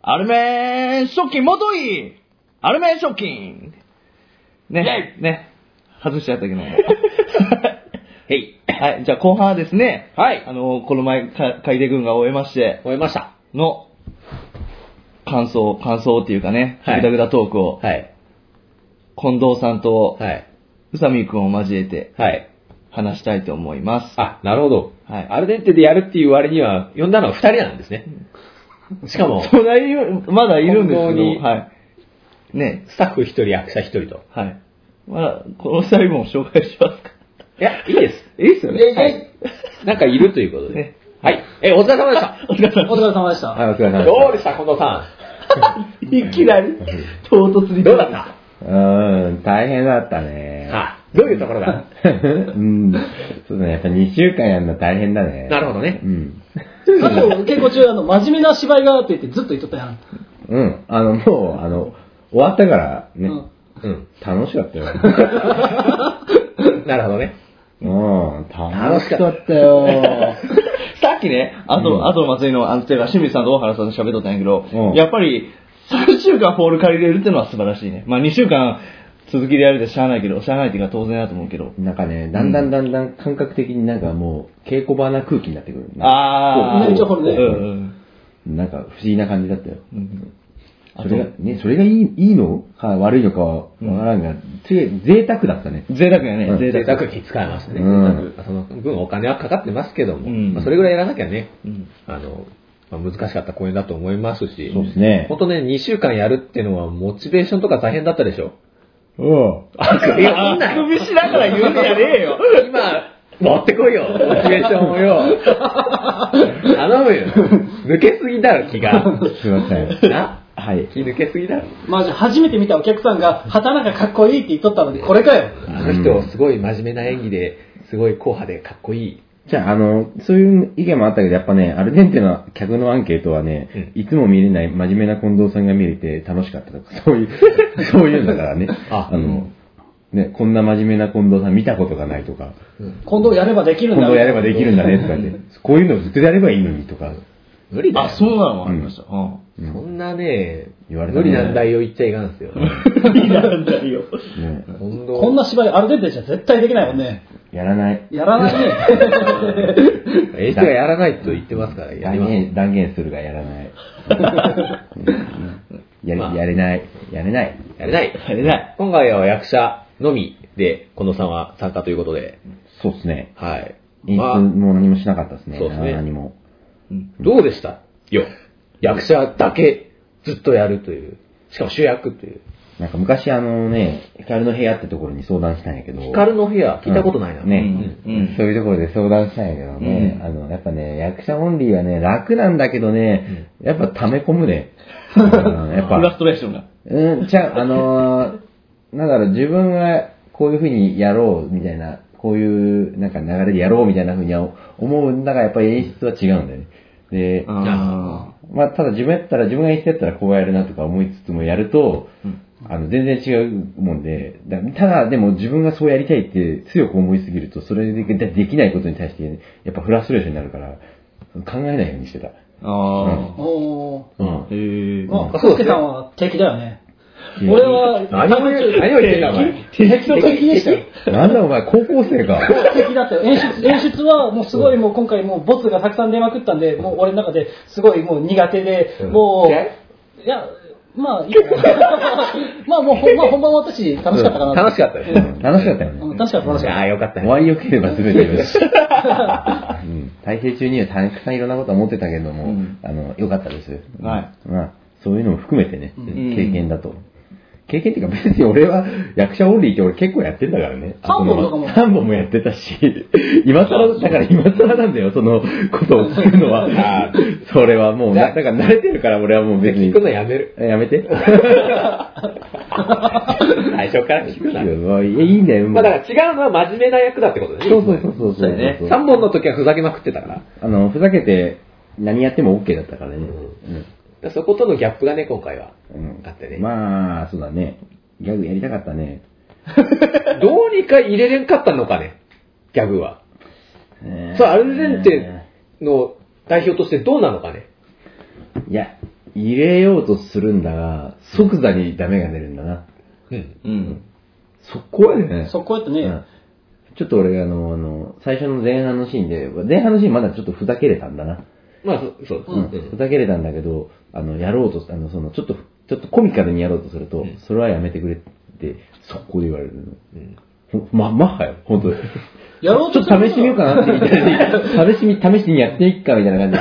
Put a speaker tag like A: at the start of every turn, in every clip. A: アルメンショッキン、もといアルメンショッキンね、ね、外しちゃったけど も。
B: へい。
A: はい、じゃあ後半はですね、
B: はい
A: あの、この前、か楓軍が終えまして、
B: 終えました。
A: の、感想、感想っていうかね、
B: はい
A: グダグダトークを、
B: はい。
A: 近藤さんと、
B: はい。
A: 宇佐美くんを交えて
B: はい。
A: 話したいと思います。
B: あ、なるほど。
A: はい
B: アルデンテでやるっていう割には、呼んだのは二人なんですね。しか も、
A: 隣、まだいるんですけ
B: 近藤に
A: ど、はい。ね、
B: スタッフ一人、役者一人と。
A: はい。まあ、この際も紹介しますか。
B: いや、いいです。
A: いいっすよね。
B: いやいやなんかいるということで。
A: ね
B: はい。え、お疲れ様でした。
A: お疲れ様
C: お疲れ様でした。
D: はい、お疲れ様で
B: どうでした、近藤さ
A: いきなり、唐突に。
B: ん。どうだった
D: うーん、大変だったね。
B: あ、どういうところだ
D: うん。そうだね、やっぱ2週間やるの大変だね。
B: なるほどね
D: うん。
C: あと、稽古中、あの、真面目な芝居がって言ってずっと言っとったやん。
D: うん。あの、もう、あの、終わったからね、
C: うん
B: うん。
D: 楽しかったよ。
B: なるほどね。
D: うん、楽しかったよ。
A: さっきね、あと、
D: うん
A: あと祭りの、あの、てか、清水さんと大原さんと喋っとったんやけど、
D: うん
A: やっぱり、3週間ホール借りれるってのは素晴らしいね。まあ、2週間続きでやるでしゃあないけど、しゃあないっていうか当然だと思うけど。
D: なんかね、だんだんだんだん感覚的になんかもう、稽古場な空気になってくる。
A: あー。
C: めっちゃホールね
A: うんうん
D: なんか不思議な感じだったよ。
A: うん。あ
D: そ
A: と、
D: れが、ね、それがいいいいのか悪いのかはわからんが、ぜ贅沢だったね。
A: 贅沢や
D: う
A: ね、
D: ん
A: 贅
B: 贅
A: 沢。
B: 沢に使えますね。
D: うん
B: その分お金はかかってますけども、
A: うん
B: まあそれぐらいやらなきゃね、
A: うん
B: あの、まあ難しかった公演だと思いますし、
D: そうですね
B: 本当ね、2週間やるっていうのはモチベーションとか大変だったでしょ。
D: うん。
B: あ、首
A: あくびしながら言うんじゃねえよ。
B: 今、持ってこいよ、モチベーションを よ。頼むよ。抜けすぎだろ、気が。
D: すいません。
B: な
D: はい。
B: 気抜けすぎだろ。
C: まあ、じゃあ初めて見たお客さんが、畑中かっこいいって言っとったのに、これかよ。
B: あの人、すごい真面目な演技で、すごい硬派でかっこいい。
D: じゃあ、あの、そういう意見もあったけど、やっぱね、アルデンテの客のアンケートはね、いつも見れない真面目な近藤さんが見れて楽しかったとか、 そういう、そういうんだからね。
B: あ
D: の、ね、こんな真面目な近藤さん見たことがないとか、
C: 今度やればできるん
D: 今
C: だ。
D: 度やればできるんだねとかね、こういうのずっとやればいいのにとか、
B: 無理だよ。
A: あ、そうなのありました。うん。
D: う
B: そ
D: ん
B: んなね、
D: 言われた
B: 無
D: ね
B: 理難題を言っちゃいかんですよ。
A: なんだよ。
D: ね、
B: 今度
C: こんな芝居、ある程度じゃ絶対できないもんね。
D: やらない。
C: やらないね。
B: 演出がやらないと言ってますから、やり
D: 断
B: ます。
D: 言、断言するがやら ない。やれ、
B: まあ
D: やれない。やれない。
B: やれない。
A: あれだ。
B: 今回は役者のみで、このさんは参加ということで、
D: そうですね。
B: はい。
D: 演出
B: まあ
D: も何もしなかったですね。
B: そうっすね
D: 何も。
B: どうでしたよ。役者だけずっとやるという。しかも主役という。
D: なんか昔あのね、ヒカルの部屋ってところに相談したんやけど。
B: ヒカルの部屋、聞いたことないな。
D: うんね、
A: うんうん
D: そういうところで相談したんやけどね、
A: うん
D: あの、やっぱね、役者オンリーはね、楽なんだけどね、やっぱ溜め込む ね。うんやっ
A: フラ
D: ぱ
A: ス、トレーションが。
D: うん、じゃあ、あのーなんだろう、自分がこういうふうにやろうみたいな、こういうなんか流れでやろうみたいなふうには思うんだが、やっぱり演出は違うんだよね。で、
A: あ
D: まあ、ただ自分やったら、自分が演出やったらこうやるなとか思いつつもやると、あの、全然違うもんで、だただでも自分がそうやりたいって強く思いすぎると、それででできないことに対して、やっぱフラストレーションになるから、考えないようにしてた。
A: ーあ
C: お
D: うん
A: ー。。へえ
C: ー。。まあ、
B: そう
C: コ
B: ですね
C: スケさんは敵だよね。
D: いや
C: 俺は、
B: 何を言う、何を言ってんだ、お前。
C: 敵の敵でしたよ。
D: なんだお前、高校生か。
C: 敵だったよ演出演出はもうすごいもう今回もうボツがたくさん出まくったんでもう俺の中ですごいもう苦手で、も
B: 嫌いう
C: いやまあいいかなまあもうほん、まあ、本番終わったし楽しかったかな、
B: 楽しかった
D: う
B: よ。
D: ん楽しかったよ
C: うん
D: ね。
C: 楽しかった楽し
B: あ
C: か
B: あ、よかった
D: 終
B: ね
D: わりよければ全てよし。うん。大成中にはたくさんいろんなこと思ってたけども、
A: うん
D: あの、良かったです。
A: は
D: まあ、そういうのも含めてね、
A: ん
D: 経験だと。経験っていうか別に俺は役者オンリーって俺結構やってんだからね。
C: 三本とかも
D: 3本もやってたし、 今更、だから今更なんだよ、そのことを聞くのは。それはもう、だから慣れてるから俺はもう別に
B: 聞く。のやめる。
D: やめて。
B: 最初から聞くな。
D: まあいいんだよ、もう
B: まあだから違うのは真面目な役だってことね。
D: そうそうそうそう
A: そうだね
B: 3本の時はふざけまくってたから。
D: あの、ふざけて何やっても OK だったからね。うん。
B: そことのギャップがね、今回は
D: うん。
B: あってね。
D: まあ、そうだね。ギャグやりたかったね。
B: どうにか入れれんかったのかね、ギャグは。そう、アルゼンチンの代表としてどうなのかね。
D: いや、入れようとするんだが、即座にダメが出るんだな。
B: うん。
A: うん。
D: そこはね。
C: そこやってね、
D: うんちょっと俺があの、あの、最初の前半のシーンで、前半のシーンまだちょっとふざけれたんだな。
B: まあ、そそう。
C: うん
D: ふざけれたんだけど、あの、やろうと、あの、その、ちょっと、ちょっとコミカルにやろうとすると、
B: ん
D: それはやめてくれって、速攻で言われるの。
B: うん。
D: ほま、マッハよ、本当に。
C: やろう
D: ちょ
C: と
D: っ
C: する
D: と試してみようかなってみたい な。試しみ、試しにやっていくかみたいな感じ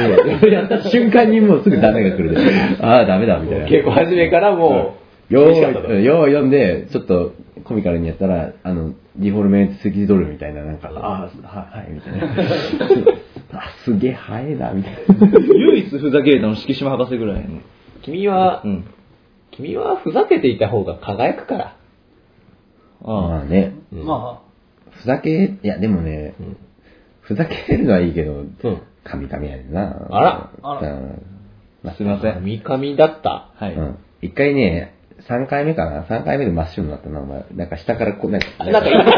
D: で、やった瞬間にもうすぐダメが来るで。 ああ、ダメだ、みたいな。
B: 結構初めからもう、
D: よ
B: 厳しかったと
D: ーい、よーい読んで、ちょっとコミカルにやったら、あの、ディフォルメ透き取るみたいな、なんか、あーは、はい、みたいな。 あ、すげえ、ハエだ、みたいな。
A: 唯一ふざけれたの敷島博士ぐらいやね。
B: 君は
A: う、ん。
B: 君はふざけていた方が輝くから。
A: あ
D: ま
A: あ
D: あ。ね、
C: ま
D: ふざけ、いや、でもね、ふざけるのはいいけど
B: うん、
D: カミカミやねんな。
B: あら
C: あら
D: うんまあ。
A: すいません。
B: 神々だった。
A: はいう
D: ん。一回ね、3回目かな ?3 回目で真っ白になったな、お前。なんか下からこう、なんか、
B: なんか一回、一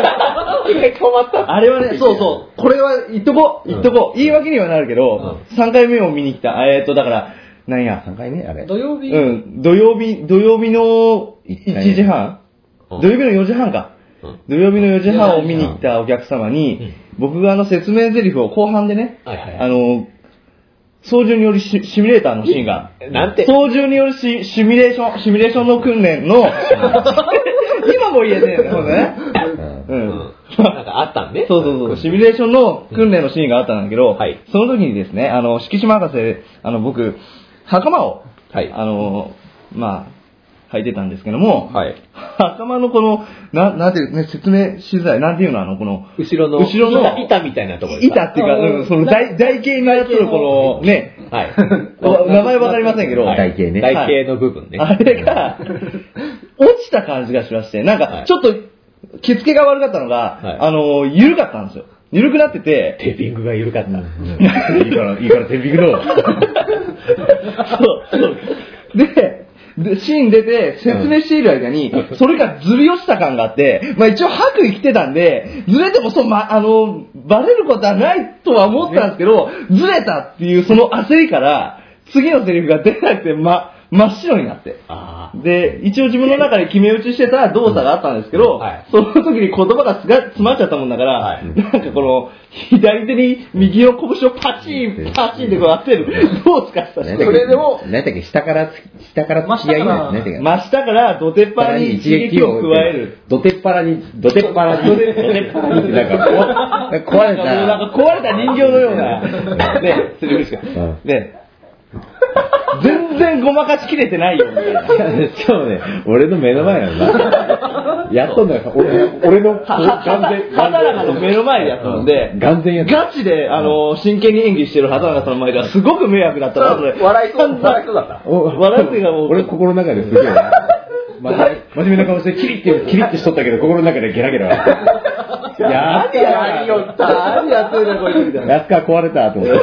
B: 回止ま った。
A: あれはね、そうそう、これは言っとこう、言っとこう、言い訳にはなるけど、3回目を見に来た、えーっと、だから、なんや、
D: 3回目あ
C: あ、
D: れ。
C: 土曜
A: う
C: 日、
A: ん、土曜日、土曜日の
D: 一回
A: 1時半
B: うん
A: 土曜日の4時半か
B: うん。
A: 土曜日の4時半を見に来たお客様に、僕があの説明台詞を後半でね、
B: はいはい
A: あの、操縦によるシシミュレーターのシーンが、
B: なんて
A: 操縦によるシシミュレーション、シミュレーションの訓練の、 今も言えねえね、ほんとね。
D: うん
A: う
B: うんん。なんかあったんね。
A: そうそうそう、シミュレーションの訓練のシーンがあったんだけど、
B: はい
A: その時にですね、あの、敷島博士、あの、僕、袴を、
B: はい
A: あの、まあ、履いてたんですけども、
B: はい
A: 袴のこの、ななんていう、ね、説明しづらい、なんていうの、あの、この、
B: 後ろの、
A: 後ろの
B: 板板みたいなところです
A: 板
B: か
A: っていうか、
C: あー
A: うんその台、台形になってる、この、ね、
B: はい。
A: お名前わかりませんけど、
B: はい
D: 台形ね
B: 台形の部分ね。
A: あれ が、落ちた感じがしまして、なん
B: は
A: か
B: い、
A: ちょっと、着付けが悪かったのが、
B: はい
A: あの、緩かったんですよ。緩くなってて、
B: テーピングが緩かった。
D: いいから、いいから、天秤 の。
A: そうそう。で、でシーン出て説明している間に、それがずり落ちた感があって、まあ一応白衣着てたんで、ずれてもそう、ま、あの、バレることはないとは思ったんですけど、ずれたっていうその焦りから、次のセリフが出なくて、ま、真っ白になって。
B: ああ。
A: で、一応自分の中で決め打ちしてた動作があったんですけど、
B: うんはい
A: その時に言葉がつが詰まっちゃったもんだから、
B: はい
A: なんかこの、左手に右の拳をパチン、パチンってこうやってる動作した
D: 何
A: し、
D: だっけ
A: それでも、
D: 何だっけ、下からつ、下から突き上げる。
C: 真下から
D: 何だっけ
A: 真下から土手っ腹に一撃を加える。。
D: どてっぱらに、どてっぱらに、どてっぱらにってなんか、こ壊れ
A: なんか
D: た。
A: 壊れた人形のような、ね、セリフしか。
D: ん
A: ね、全然ごまかしきれてないよ、みたいな。
D: しかもね、俺の目の前なんだ。やっとんだよ。俺俺の、こう完
A: 畑
D: 全、
A: 中の目の前でやったので、
D: 完全やった
A: ガチで、あの、真剣に演技してる畑中さんの前ではすごく迷惑だったな、それ。
B: 笑いそう、笑いそうだった。
D: お
A: 笑ってがもう
D: 俺心の中ですげえ笑うま真面目な顔してキリってキリってしとったけど心の中でゲラゲラ笑うやった
B: 何よった。何やってんだ、こいつみたい
D: 安川壊れたと思って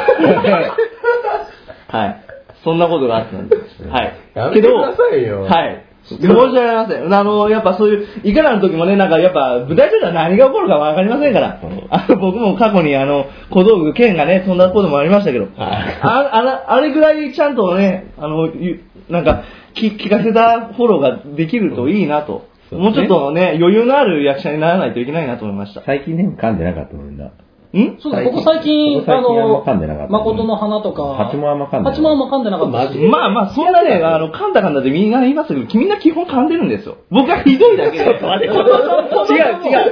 A: はい。そんなことがあったんです。はい。
B: やめてくださいよ
A: けどはい。申し訳ありません。あの、やっぱそういう、いかなの時もね、なんかやっぱ、舞台上では何が起こるかわかりませんから、あの、僕も過去にあの、小道具、剣がね、飛んだこともありましたけど、
B: はい
A: ああらあれぐらいちゃんとね、あの、ゆなんか、聞聞かせたフォローができるといいなと。
B: そう
A: もうちょっとね、余裕のある役者にならないといけないなと思いました。
D: 最近ね噛んでなかったもんな
A: うん
C: そうだ、ここ最近、
D: ここ最近あんま噛んでなかっ
C: あの、
D: た
C: 誠の花とか、
D: 蜂もあんま噛んでなかった
C: 蜂もあんま噛んでなかったし
B: マジ
A: まあまあ、そんなね、あの、噛んだ噛んだってみんな言いますけど、みんな基本噛んでるんですよ。僕はひどいだけで。違う違
B: 違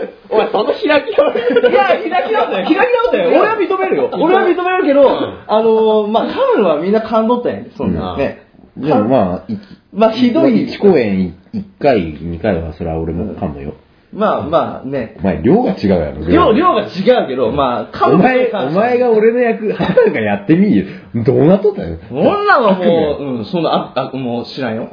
B: う。お前、その開き直
A: う。いや、開き直ったよ。開き直ったよ。俺は認めるよ。俺は認めるけど、あのー、まあ、噛むのはみんな噛んどったやん。そんな。ね。
D: でもまあ一
A: まあ、ひどい。
D: 1公演1回2回はそれは俺も噛むよ
A: まあまあね。
D: お前量が違うやろ
A: 量、量が違うけど、まあ、噛む
D: お
A: こと
D: 前
A: に
D: お
A: 関して
D: 前が俺の役はたかやってみよどうなっとったよ
A: 女はもう、うん、そんな、あ、あもう知らんよ。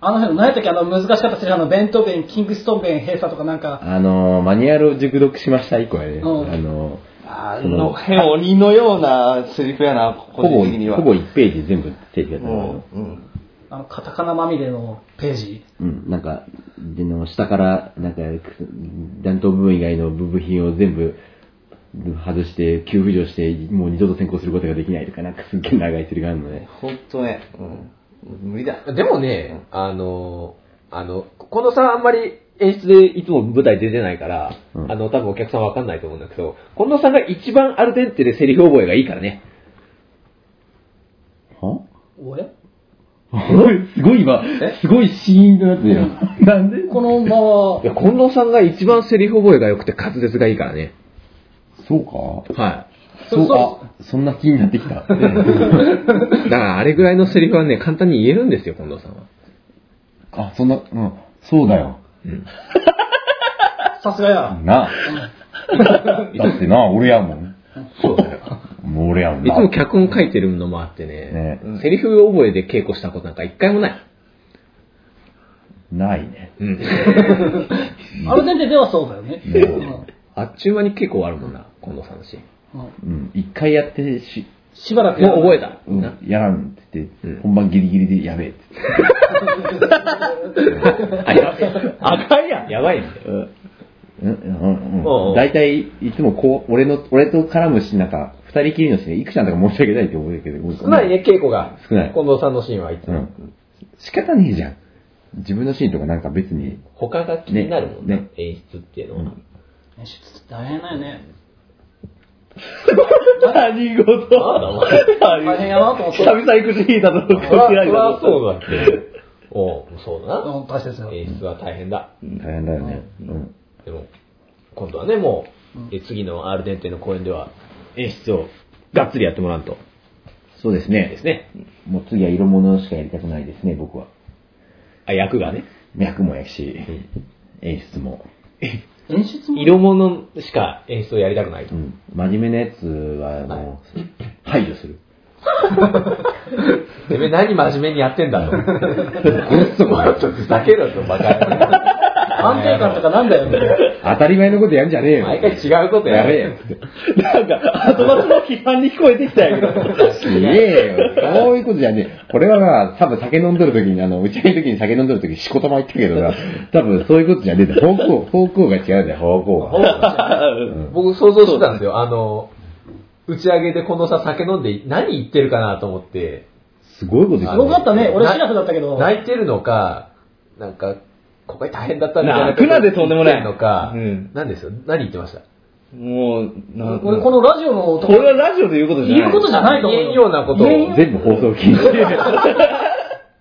C: あの辺の、何やったっけ、あの、難しかったし、あの、ベントベン、キングストンベン閉鎖とかなんか、
D: あのマニュアルを熟読しました以降やねあ
C: うん
D: の
A: あの辺、鬼のようなセリフやな、
D: ほ
A: 個
D: ぼ、
A: 人的には。
D: ほぼ1ページ全部定義だったの
A: もう、うん。
C: あの、カタカナまみれのページ。
D: うん、なんか、での下から、なんか、くす弾頭部分以外の部分品を全部、外して、急浮上して、もう二度と先行することができないとか、なんかすっげえ長いセリフがあるのね。
A: ほんとね、うん。無理だ。
B: でもね、あの、あの、このさ、あんまり演出でいつも舞台出てないから、
D: うん
B: あの、多分お客さんわかんないと思うんだけど、近藤さんが一番アルデンテでセリフ覚えがいいからね。
D: は
C: おや
D: すごい今、すごいシーンとなってる
B: 、
D: よ。なんで
C: この間はい
B: や、近藤さんが一番セリフ覚えが良くて滑舌がいいからね。
D: そうか
B: は
D: そう、
C: そ
D: あ、そんな気になって きた。
B: い。だからあれぐらいのセリフはね、簡単に言えるんですよ、近藤さんは。
D: あ、そんな、うん、そうだよ。
C: さすがや。
D: な。だってな、俺やもん。
B: そうだよ。
D: もう俺やもん
B: い
D: な。
B: つも脚本書いてるのもあってね
D: ね、
B: セリフ覚えで稽古したことなんか一回もない。
D: ないね。
B: うん。
C: アルデンテではそうだよね。
D: ね
B: あっちゅう間に稽古終わるもんな、近藤さんのシーン。
C: うんうん
D: うん、一回やってし、
C: しばらく
B: もう覚えた。
D: うん
B: な、
D: やらんって言って、
B: うん
D: 本番ギリギリでやべえって言って
B: あ、やべえ あかんやん。やばいね。
D: うんうん
B: おう
D: う、
B: おうん
D: 大体いつもこう俺の俺と絡むしなんか二人きりのしねいくちゃんとか申し訳ないって思うけど
B: 少ないね、稽古が。
D: 少ない
B: 近藤さんのシーンはいつ
D: う
B: も。
D: ん仕方ねえじゃん自分のシーンとかなんか別に
B: 他が気になるもんね
D: ね
B: 演出っていうのは。
C: 演出って大変だよね。
A: 何事
B: なんだお前。
C: 大変やなと思って。
A: 久々に口引いたぞ、こ
B: そ
A: ちらに
B: は
A: だ
B: そうだっけ。おうそうだ
C: うん大切だ
B: な。演出は大変だ。
D: 大変だよね、うん
B: でも、今度はね、も
C: うん
B: う、え次のアルデンテの公演では、演出をがっつりやってもらうと。
D: そうです
B: で
D: ね
B: すね。
D: もう次は色物しかやりたくないですね僕は
B: あ、役がね。
D: 脈もやし、演出も、
C: 演出も
B: 色物しか演出をやりたくないうと。
D: ん、真面目なやつはもう排除する
B: てめえ何真面目にやってん だと。
D: うんそこ
B: ふざけろと、バカ。
C: 安定感とかなんだよね。
D: 当たり前のことやんじゃねえ よ
B: 毎回違うことや
D: や
B: れ
D: べ
B: よ
D: え。
A: なんか、後々の批判に聞こえてきたんやけど。
D: すげ えよ。そういうことじゃねえ。これはな、多分酒飲んどる時に、あの、打ち上げの時に酒飲んどる時にしこたま言ったけどな、多分そういうことじゃねえんだよ。方向、方向が違うんだよ、方向が。
B: 僕想像してたんですよ。あの、打ち上げでこのさ、酒飲んで何言ってるかなと思って、
D: すごいことです
C: す
D: よ
C: ごかったね。俺
B: な
C: シラフだったけど。
B: 泣いてるのか、なんか、ここ大変だったみたいな
A: なあ
B: ことを
A: 苦難でとんでもない
B: 言ってのか
A: うん、
B: 何ですよ。何言ってました
A: もう、なん
C: 俺このラジオの
A: こ
C: 男
A: れはラジオで言うことじゃない。
C: 言うことじゃないと思う
B: 言えんようなことを。
C: 言えん
D: 全部放送禁止。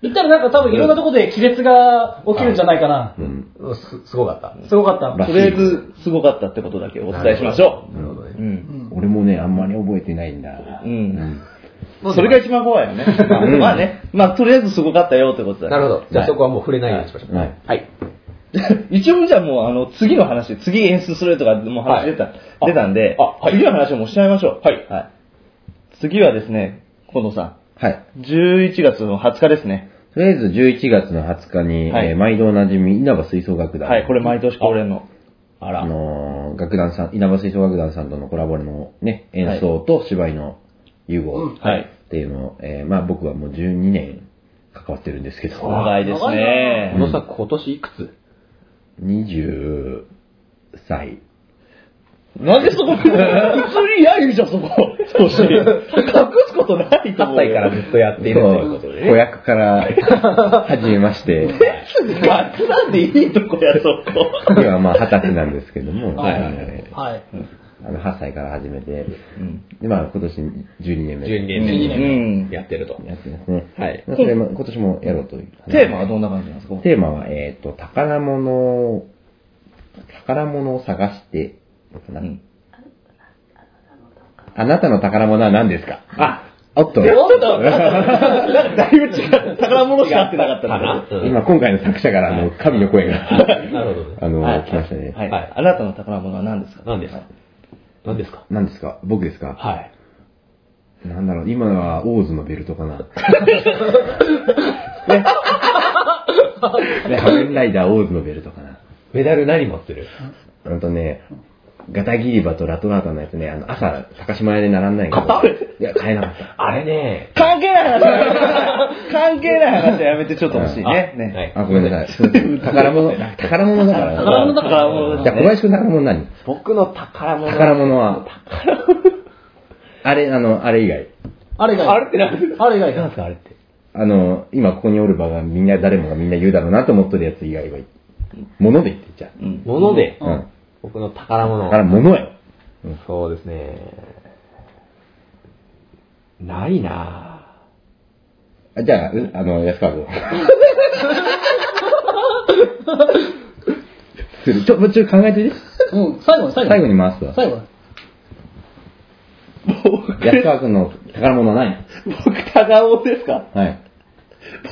C: 言ったらなんか多分いろんなところで亀裂が起きるんじゃないかな
D: う。ん。
B: うんすすごかった。
C: すごかった。
D: らし
A: と
D: い
A: りあえず、すごかったってことだけお伝えしましょ
B: なるほど
A: う。う
B: ね。
A: ん。
D: 俺もね、あんまり覚えてないんだ。
A: う。
D: うんん。
A: それが一番怖いよね。
D: う ん
A: まあね。まあ、とりあえずすごかったよってことだ
B: なるほど。じゃあ
D: はい
B: そこはもう触れないようにしましょう。
D: はい
B: はい。
A: 一応じゃあもう、あの、次の話、次演出するとか、もう話出た、
B: い
A: 出たんで
B: ああは、い
A: 次の話をもうしちゃいましょう。
B: はい
A: 次はですね、近藤さ
D: はい。
A: ん、11月の20日ですね。
D: とりあえず11月の20日に、
A: はい
D: えー毎度おなじみ、稲葉吹奏楽団。
A: はい、これ毎年恒例の。
B: あ
D: あ、のー楽団さん、稲葉吹奏楽団さんとのコラボのね、演奏と芝居の融合
A: はい。
D: っていうのを、えーまあ僕はもう12年関わってるんですけど、
A: 長いです
B: こ
A: ね。
B: のさ、今年いくつ
D: 20歳。
A: なんでそこ、普通にやるじゃん、そこ。少し。 隠すことないと
B: 8
A: 思う
B: 歳
A: よ。
B: からずっとやっているということで
D: 子
B: ね。
D: 役から始めまして、
A: 学なんでいいとこや、そこ。
D: 今まあ二十歳なんですけども、
C: はい
D: え
C: はい。
D: ーあの8歳から始めて、
A: うん。
D: でまあ今年12年目
A: う
B: 12年
A: ん。
B: やってると。
D: やってますね。
B: はい
D: まあそれも今年もやろうという。
A: テーマはどんな感じなんですか
D: テーマは、えっ、と、宝物を、宝物を探して、かな
A: うん
D: あなたの宝物は何ですかあ、おっと。
A: おっとなんかだいぶ違う。宝物しか合ってなかった
B: かなうん
D: 今、今回の作者からあの神の声が、
B: なるほどね。
D: あの、
A: はい
D: 来ましたね。
A: はい。
B: はい
A: あなたの宝物は何ですか
B: 何ですか何ですか
D: 何ですか僕ですか
B: はい。
D: なんだろう、今はオーズのベルトかな。ね、仮面ライダーオーズのベルトかな。
B: メダル何持ってる
D: うんとね、ガタギリバとラトラータのやつね、あの、朝、高島屋で並んない
A: 買ったあれ
D: いや、買えなかった。
B: あれね、
A: 関係ない 話関係ない話はやめてちょっと欲しいね。ね
B: はい
D: あ、ごめんなさい。すいません宝物、宝物だから。
C: 宝物だから
D: じゃあ、小林くん宝物何
A: 僕の宝物。
D: 宝物は。あれ、あの、あれ以外。
C: あれがいい。
B: あれってなんです
C: あれがいい。
B: なんですか、あれって。
D: あの、今ここにおる場がみんな、誰もがみんな言うだろうなと思ってるやつ以外は、物で言ってっちゃう。
A: うん。
B: 物で、
D: うん。
B: 僕の宝物。
D: だから物よ。うん
B: そうですね。ないな
D: あじゃあ、うあの、安川 君。するちょ、もうちょい考えてみて。
C: うん、最後に最後
D: 最後に回すわ。
C: 最後に
D: 安川君の宝物は何
A: 僕、宝物ですか
D: はい。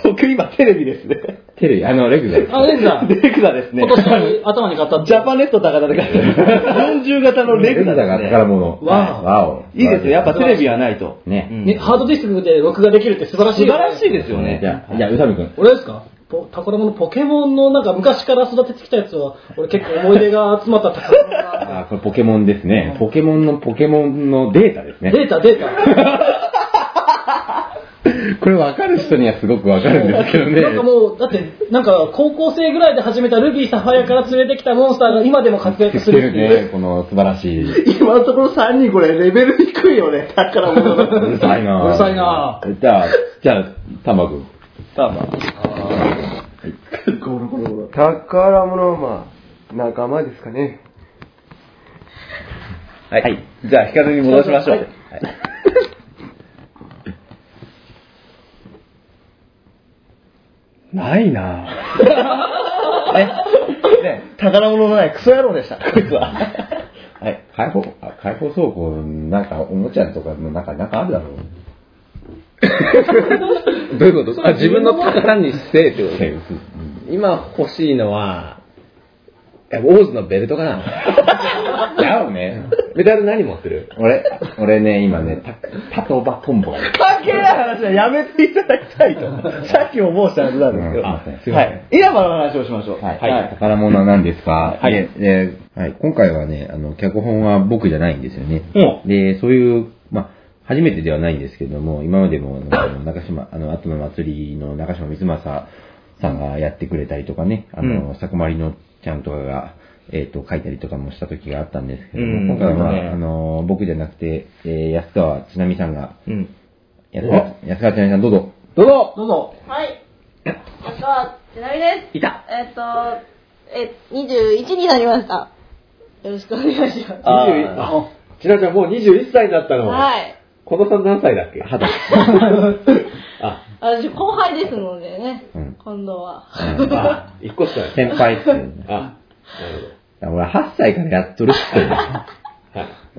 A: 僕今テレビですね。
D: テレビ、あの、レグザです。
C: あ、レンザー。
A: レクザですね
C: 今。年頭に買った
A: ジャパネット高田で買って40型のレクザ
D: レグザが
A: ですね。
D: 宝物。
C: わお
D: わお。
A: いいですよ、やっぱテレビはないと。
D: ね
A: う
C: うんんねハードディスクで録画できるって素晴らしい
A: 素晴
C: よね、
A: らしいですよね
D: じ。ゃあ、じゃあ、宇佐美君。
C: 俺ですかポ宝物ポケモンのなんか昔から育ててきたやつは、俺結構思い出が集まった宝物が
D: あ、これポケモンですね。ポケモンのポケモンのデータですね。
C: データデータ。
D: これ分かる人にはすごく分かるんですけどね。
C: なんかもう、だって、なんか高校生ぐらいで始めたルビーサファイアから連れてきたモンスターが今でも活躍
D: 知
C: す
D: って
C: る
D: る
C: っていう。
D: ね、この素晴らしい。
A: 今のところ3人これレベル低いよね、宝物
D: う
A: の。
D: るさいな
C: うるさいな
D: じゃあ、じゃあ、タマ君。
A: さあまあ。
D: ゴロゴロゴロ。
E: 宝物はまあ、仲間ですかね。
A: はい。じゃあ、光に戻しましょう。はい
B: ない な
A: ねね宝物のないクソ野郎でした、こいつは。はい。
D: 開放、あ開放倉庫、なんか、おもちゃとかの中、なんかあるだろう。
B: どういうことあ自分の宝にしてってこと
D: セ
B: で
D: ーフうん
B: 今欲しいのは、いや坊主のベルトかな。
D: だよね。
B: メダル何持ってる
D: 俺、俺ね、今ね、タタトバトンボ。
A: 関係ない話はやめていただきたいと。さっきも申したはずなんですけど。
D: うんあすいません
A: はい。稲葉の話をしましょう。
D: はい。宝物は何ですか
A: はい
D: でではい。今回はね、あの、脚本は僕じゃないんですよね。
A: うん
D: で、そういう、まあ、初めてではないんですけども、今までも、あの、中島、あの、後の祭りの中島光政さんがやってくれたりとかね、あの、
A: うん
D: 佐久間里乃ちゃんとかが、えっ、と、書いたりとかもした時があったんですけども、
A: うん
D: 今回は、まあ
A: そうだね
D: あの、僕じゃなくて、えー安川つなみさんが、
A: うん。
D: 安川安川つなみさんどうぞ。
A: どうぞ
C: どうぞ。
F: はい。安川ちなみです。
A: いた。
F: えっと、え、21になりました。よろしくお願いします。
A: あー
B: 21あちなちゃんもう21歳になったの。
F: はい。
B: このさん何歳だっけ あ、
F: 私、後輩ですのでね、
D: うん
F: 今度は。
B: あ、一個しかない。
D: 先輩っていう の。
B: あ、なる
D: 俺8歳からやっとるっすよ。
B: ほど。は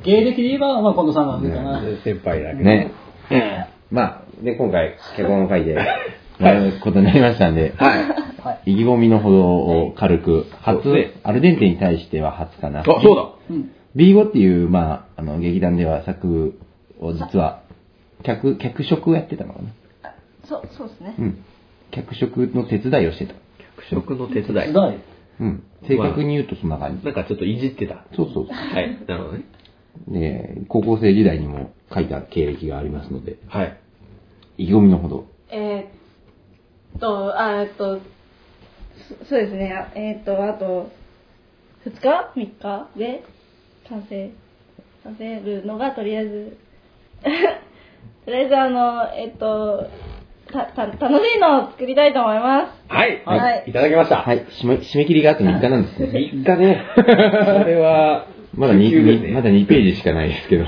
B: い。
C: 芸歴で言えば、まあ、近藤さんが上かな。
B: 先輩だけど。
D: ね。まあ、で、今回、結婚の会で、やることになりましたんで、意気込みのほどを軽く、初、アルデンテに対しては初かな。
B: そうだ。
C: うん。
D: B5 っていう、まあ、あの、劇団では作を実は、客、客職をやってたのかな。
F: そう、そうですね
D: う。ん。客職の手伝いをしてた。
B: 食の手伝
C: 時
B: い。
C: 代。
D: うん。正確に言うとそんな感じ。
B: なんかちょっといじってた。
D: そうそう。
B: はい。なるほどね。
D: で、高校生時代にも書いた経歴がありますので、
B: はい。
D: 意気込みのほど。
F: えーっと、あえーっと、そそうですね。あえーっと、あと、2日 ?3 日で完成させるのが、とりあえず、 とりあえずあの、えーっと、た、た、楽しいのを作りたいと思います。
B: はい。
F: はい
B: いただきました。
D: はい、締め締め切りがあと3日なんですね。
B: 3日ね。これは、
D: まだ 2,
B: 急ですね
D: まだ2ページしかないですけど。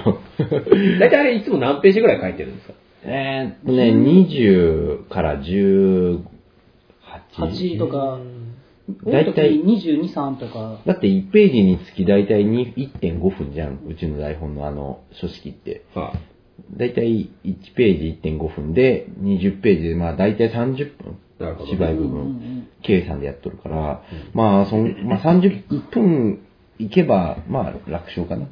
B: 大体あれいつも何ページぐらい書いてるんですか
D: えーっとね、20から18。
C: 8とか、多い
D: 大
C: 時
D: 体、
C: 22、3とか。
D: だって1ページにつき大体に1.5分じゃん。うちの台本のあの書式って。
B: は
D: 大体1ページ1.5分で、20ページで、まあ大体30分。
B: なるほど
D: 芝居部
C: うんうんう
D: 分
C: ん、
D: 計算でやっとるから、まあそん、まあ30分いけば、まあ楽勝かな。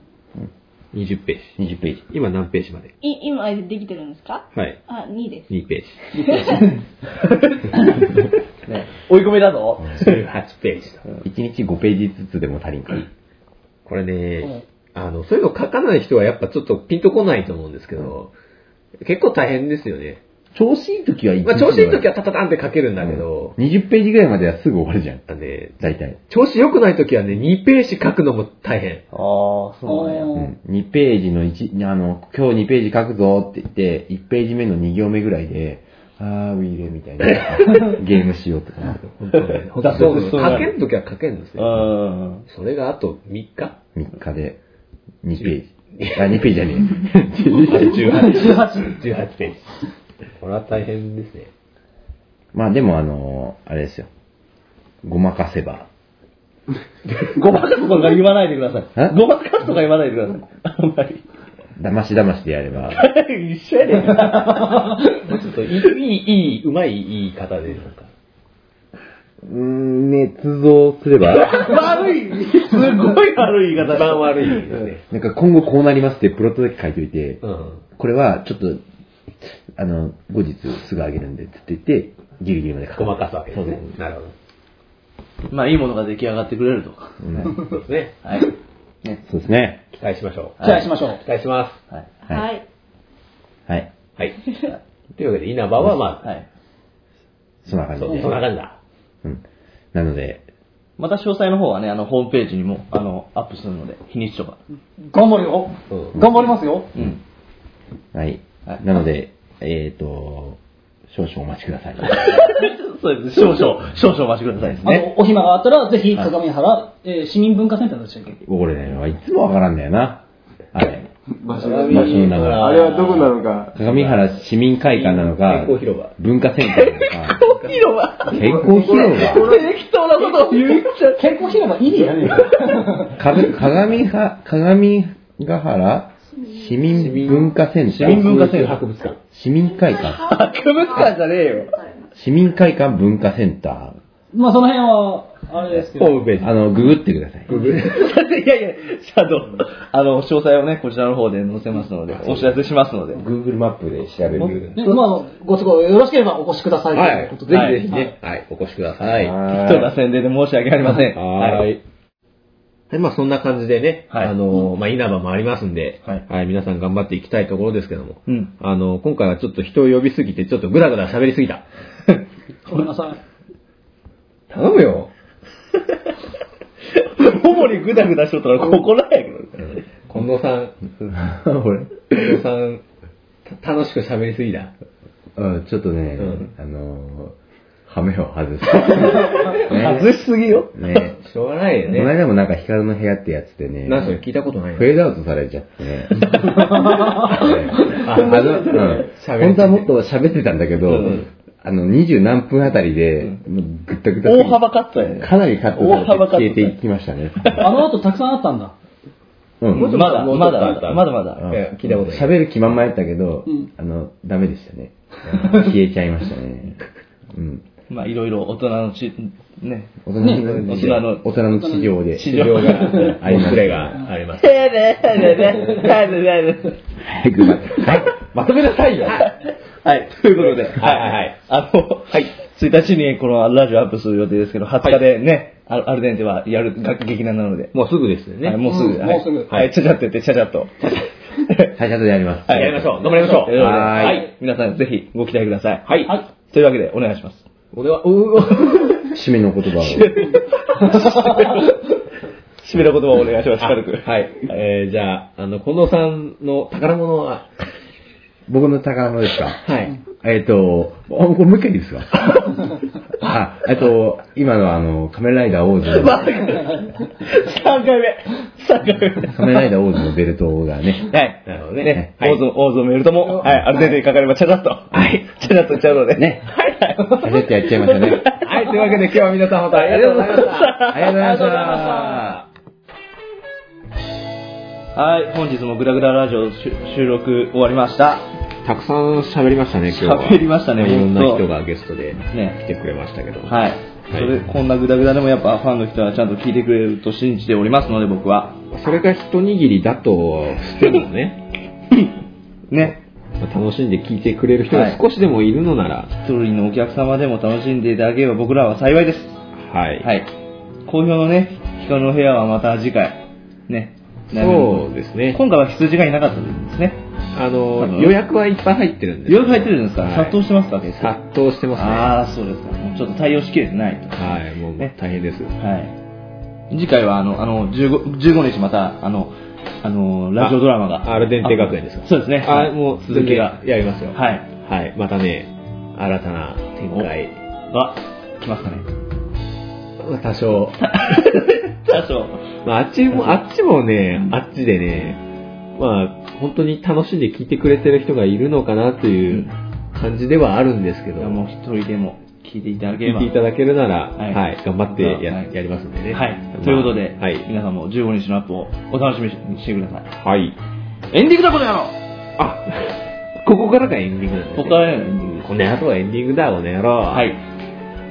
B: 20ページ。
D: 20ページ。
B: 今何ページまで
F: い、今できてるんですか
B: はい。
F: あ、2です。
B: 2ペ
A: 追い込みだぞ。
B: ージ。18ページと。
D: 1日5ページずつでも足りんから。
B: これね、あの、そういうの書かない人はやっぱちょっとピンとこないと思うんですけど、結構大変ですよね。
D: 調子いい時は一
B: まあ、
D: 日
B: 調子いい時はタタタンって書けるんだけど、
D: 20ページぐらいまではすぐ終わるじゃん。
B: あのね、
D: 大体。
B: 調子良くない時はね、2ページ書くのも大変。
E: ああ、そうなんや。
D: うん、2ページの1、あの、今日2ページ書くぞって言って、1ページ目の2行目ぐらいで、あー、ウィーレみた いな。ゲームしようとかな。
B: 本当 ね。書
E: だそうですそうです
B: ける時は書けるんです
E: う
B: よ。
E: ん。
B: それがあと3日
D: 3日で2ページ。あ、2ページじゃねえ。
B: 18 18ページ。これは大変ですね。
D: まあでもあのーあれですよ。ごまかせば。
A: ごまかすとか言わないでくださ
D: え
A: い。ごまかすとか言わないでください。あんまり。
D: 騙し騙しでやれば。
A: 一緒やねん。
B: ちょっといい、いい、いい、うまい言い方で、なんか。
D: うーん、捏造すれば、
A: 悪い すごい悪い言い方
B: 一番悪いですね。
D: なんか今後こうなりますってプロットだけ書いておいて、
B: うん。
D: これはちょっと、あの、後日すぐあげるんでって言って、ギリギリまで書
B: ごまかすわけですね
D: そう。
B: なるほど。
A: まあいいものが出来上がってくれるとか。
D: そううん
B: そうですね。
A: はい。
D: そうですね。
B: 期待しましょう。
C: 期待しましょう。
B: 期待しま
A: はい。
D: は
F: はい。
D: はい。
B: す。はい。というわけで、稲葉はま
A: はい。
D: そんな
B: あ、
D: 感じ
B: そう
D: で。
B: そんな感じだ。
D: うん。なので、
A: また詳細の方はね、あの、ホームページにも、あの、アップするので、日にちとか。
C: 頑張るよ。
B: うん
C: 頑張りますよ。
A: うん。
D: はい。
A: はい
D: なので、えっ、ー、と、少々お待ちください。
A: そうです。少々、少々お待ちくださいです
C: あ
A: ね。
C: の、お暇があったら、ぜひ、鏡原、えー市民文化センターでしたっけ
D: 俺ね、いつもわからんだよな。あれ。
E: 場所
B: 鏡
D: 場所の名前
E: あれはどこなのか。
D: 鏡原市民会館なのか、
B: 健康広場
D: 文化センターなのか、
A: 広場
D: 健康広
A: 適当なことを言っちゃう。
C: 健康広場いいやね
D: 場、かぶ鏡は、鏡ヶ原市民文化センター、市民
A: 文化センター
B: 博物館。
D: 会館、
A: 博物館じゃねえよ。
D: 市民会館文化センタ
C: まあ、その辺は、あれですけ
B: ホ
C: ど。
B: ームペー
D: ー、あの、ググってください。
A: いやいや、ちゃんと、あの、詳細をね、こちらの方で載せますので、お知らせしますので。
D: Google マップで調べる。
C: ね、まあ、ご都合よろしければお越しください
B: ジ。
C: と
B: はいい。ぜ
C: うこと
B: ひ
C: で。
B: ぜひね、はい、お越しください。は
D: は
A: 適当な宣伝で申し訳ありません。
B: ーい。はい、まあそんな感じでね、
A: はい
B: あのー、まあ稲葉もありますんで、
A: はい
B: 皆さん頑張っていきたいところですけども、
A: うん
B: あのー、今回はちょっと人を呼びすぎて、ちょっとぐだぐだ喋りすぎた。
C: ごめんなさい。
B: 頼むよ。
A: 主にグダグダしとったらここなんやけど。
B: 近藤さ ん、
D: 俺
B: 近藤さん、た楽しく喋りすぎだ。
D: うん、ちょっとね、
B: うん
D: あのー、ハメを 外した。
A: 外しすぎよ。
D: ねね
B: しょうがないよ
D: この
B: ね。
D: 間もなんか光の部屋ってやつでね、
B: なんそれ聞いたことないよ
D: フェードアウトされちゃっ てね。
B: あ
D: あの、うん
B: 喋って
D: 本当はもっと喋ってたんだけど、
B: うん
D: あの、二十何分あたりで、もうぐったぐった。
A: 大幅カットやね。
D: かなりカットされ
A: 大幅カット
D: て消えていきましたね。
C: あの後たくさんあったんだ。
D: うん。
A: まだ、
B: もうちょ
A: ま
B: っと
A: だ
B: あっ、た
A: まだまだ。
B: いや聞いたことない
D: 喋る気満々やったけど、
C: うん
D: あの、ダメでし たね。消えちゃいましたね。うん。
A: まあ、いろいろ大人のち、 ね。
D: 大人の
A: ね
D: 事情、
A: 大
D: 大人の事情で。
A: 市場が。
D: ありま
B: 失
D: す
B: 礼があります。
D: 早くまはい。まとめなさいよ。
A: はい、ということで、
B: はいはいはい。
A: あの、はい、1日にこのラジオアップする予定ですけど、20日でね、アルアルデンテはやる楽劇団なので、
B: もうすぐですよね。
A: はいもうすぐ、
C: うん
A: はい
C: もうすぐ
A: はい、ちゃちゃってって、ちゃちゃっと。
D: 最初でやります。
A: はい
B: やりましょう。頑張りましょ
A: と
B: う。
A: いうことで
D: はい
A: はい、皆さんぜひご期待ください。
B: はい。
C: はい。
A: というわけで、お願いします。
B: 俺は、うー
D: 締めの言葉を。
A: 締めの言葉をお願いします、軽く。
B: はい。えー、じゃあ、あの、近藤さんの宝物は、
D: 僕の宝物ですか
B: はい。
D: えっ、と、あこれもう一回いいですか あ、えっと、今のあの、仮面ライダーオーズ の、
A: 3回目 !3 回目
D: 仮面ライダーオーズのベルトがね、
A: はい。
B: なるほどね。
A: ね、
B: はい
A: オーズ、オーズを見るとも、はい、アルデンテにかかればチャチャっと。はい。チャチャっとちゃうので。ね。はいはい。
D: 焦ってやっちゃいましたね。
B: はい、というわけで今日は皆さん本当にありがとうございました。
D: ありがとうございました。
A: はい、本日もグラグララジオ収収録終わりました。
B: たくさん喋りましたね、今日は。
A: 喋りましたね
B: いろんな
A: 本当
B: 人がゲストで来
A: ね。
B: てくれましたけど。
A: はい。それ、こんなグダグダでもやっぱファンの人はちゃんと聞いてくれると信じておりますので僕は。
B: それが一握りだとしてもね、
A: ね。
B: まあ楽しんで聞いてくれる人が少しでもいるのなら、
A: 一人のお客様でも楽しんでいただければ僕らは幸いです。
B: はい。
A: はい。好評のね、光の部屋はまた次回。ね。
B: そうですね。
A: 今回は羊がいなかったですね。
B: あ
A: 多
B: の、
A: 分
B: 予約はいっぱい入ってるんです
A: 予約入ってるんですか、
B: はい
A: 殺到してますか結構
B: 殺到してますね。
A: ああ、そうですか。もうちょっと対応しきれてないと。
B: はい、もう
A: ね
B: 大変です。
A: はい。次回は、あの、あの、15, 15日また、あの、あの、ラジオドラマが。
B: あアルデンテ学園ですか
A: あそうですね。は
B: あ、
A: い
B: もう
A: 続きが。
B: やりますよ。
A: はい。
B: はい、またね、新たな展開。
A: が、来ますかね。
B: まあ多少。
A: 多少。
B: まあ、あっちも、あっちもね、あっちでね、まあ、本当に楽しんで聞いてくれてる人がいるのかなという感じではあるんですけ
A: い
B: ど、
A: やもう一人でも聞いていただけれ
B: 聞い
A: ば。
B: ていただけるなら、
A: は
B: はいい、頑張ってや,、
A: はい
B: やりますんでね。
A: は
B: まあ
A: い。ということで、
B: はい。
A: 皆さんも15日のアップをお楽しみにしてください。
B: はい。
A: エンディングだ、この野郎
B: あ、ここからがエンディングなんです
A: ここ
B: ね
A: からエンディング。
B: この野郎エンディングだ、この野郎。
A: は。。
B: はい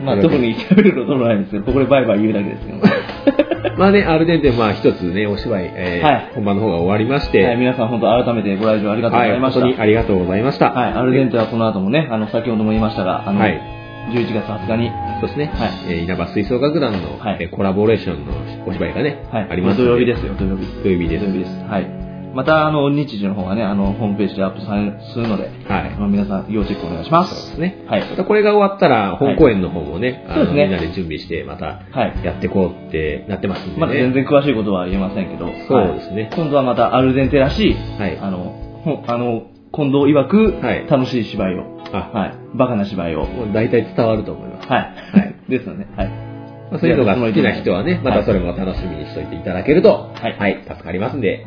A: まあ、特に喋ることもないんですけど、ここでバイバイ言うだけです けども。
B: まあね、アルデンテ、まあ一つね、お芝居、えー
A: はい
B: 本番の方が終わりまして、
A: はい、皆さん本当改めてご来場ありがとうございま
B: 本
A: した。
B: 当
A: は
B: にあ
A: い、
B: りがとうございました。
A: アルデンテはこの後もね、あの、先ほども言いましたが、あの、
B: はい
A: 11月20日に、
B: そうですね、
A: はい
B: えー稲葉吹奏楽団の、
A: はい
B: えーコラボレーションのお芝居がね、
A: はい、
B: あります
A: 土
B: の
A: 曜日ですよ、土曜日。
B: 土曜日です。
A: 土曜日です。はい。また、あの、日時の方がね、あの、ホームページでアップされするので、
B: はい
A: あの皆さん、要チェックお願いしま。
B: そうですすね。
A: はい。
B: またこれが終わったら、本公演の方もね、
A: はい
B: あの
A: そうですね
B: みんなで準備して、また
A: はい
B: やっていこうってなってますんで、ね。
A: まだ全然詳しいことは言えませんけど、
B: そうですね
A: はい今度はまたアルデンテらしい、
B: はい
A: あの、ほあの、近藤曰く、
B: はい
A: 楽しい芝居を、
B: あ
A: はい、バカな芝居を、
B: もう大体伝わると思います。
A: はい。はい。 ですよね。はい。
B: まあそういうのが好きな人はね、またそれも楽しみにしておいていただけると、
A: はい
B: 助かりますんで、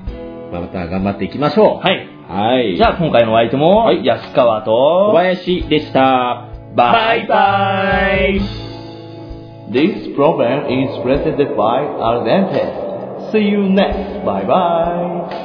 B: まあまた頑張っていきましょう。
A: はい。
B: はい。
A: じゃあ、今回のお相手も、安川
B: 小
A: と、
B: 林でした。
A: バイバイ This program is presented by Ardente. See you next. Bye bye.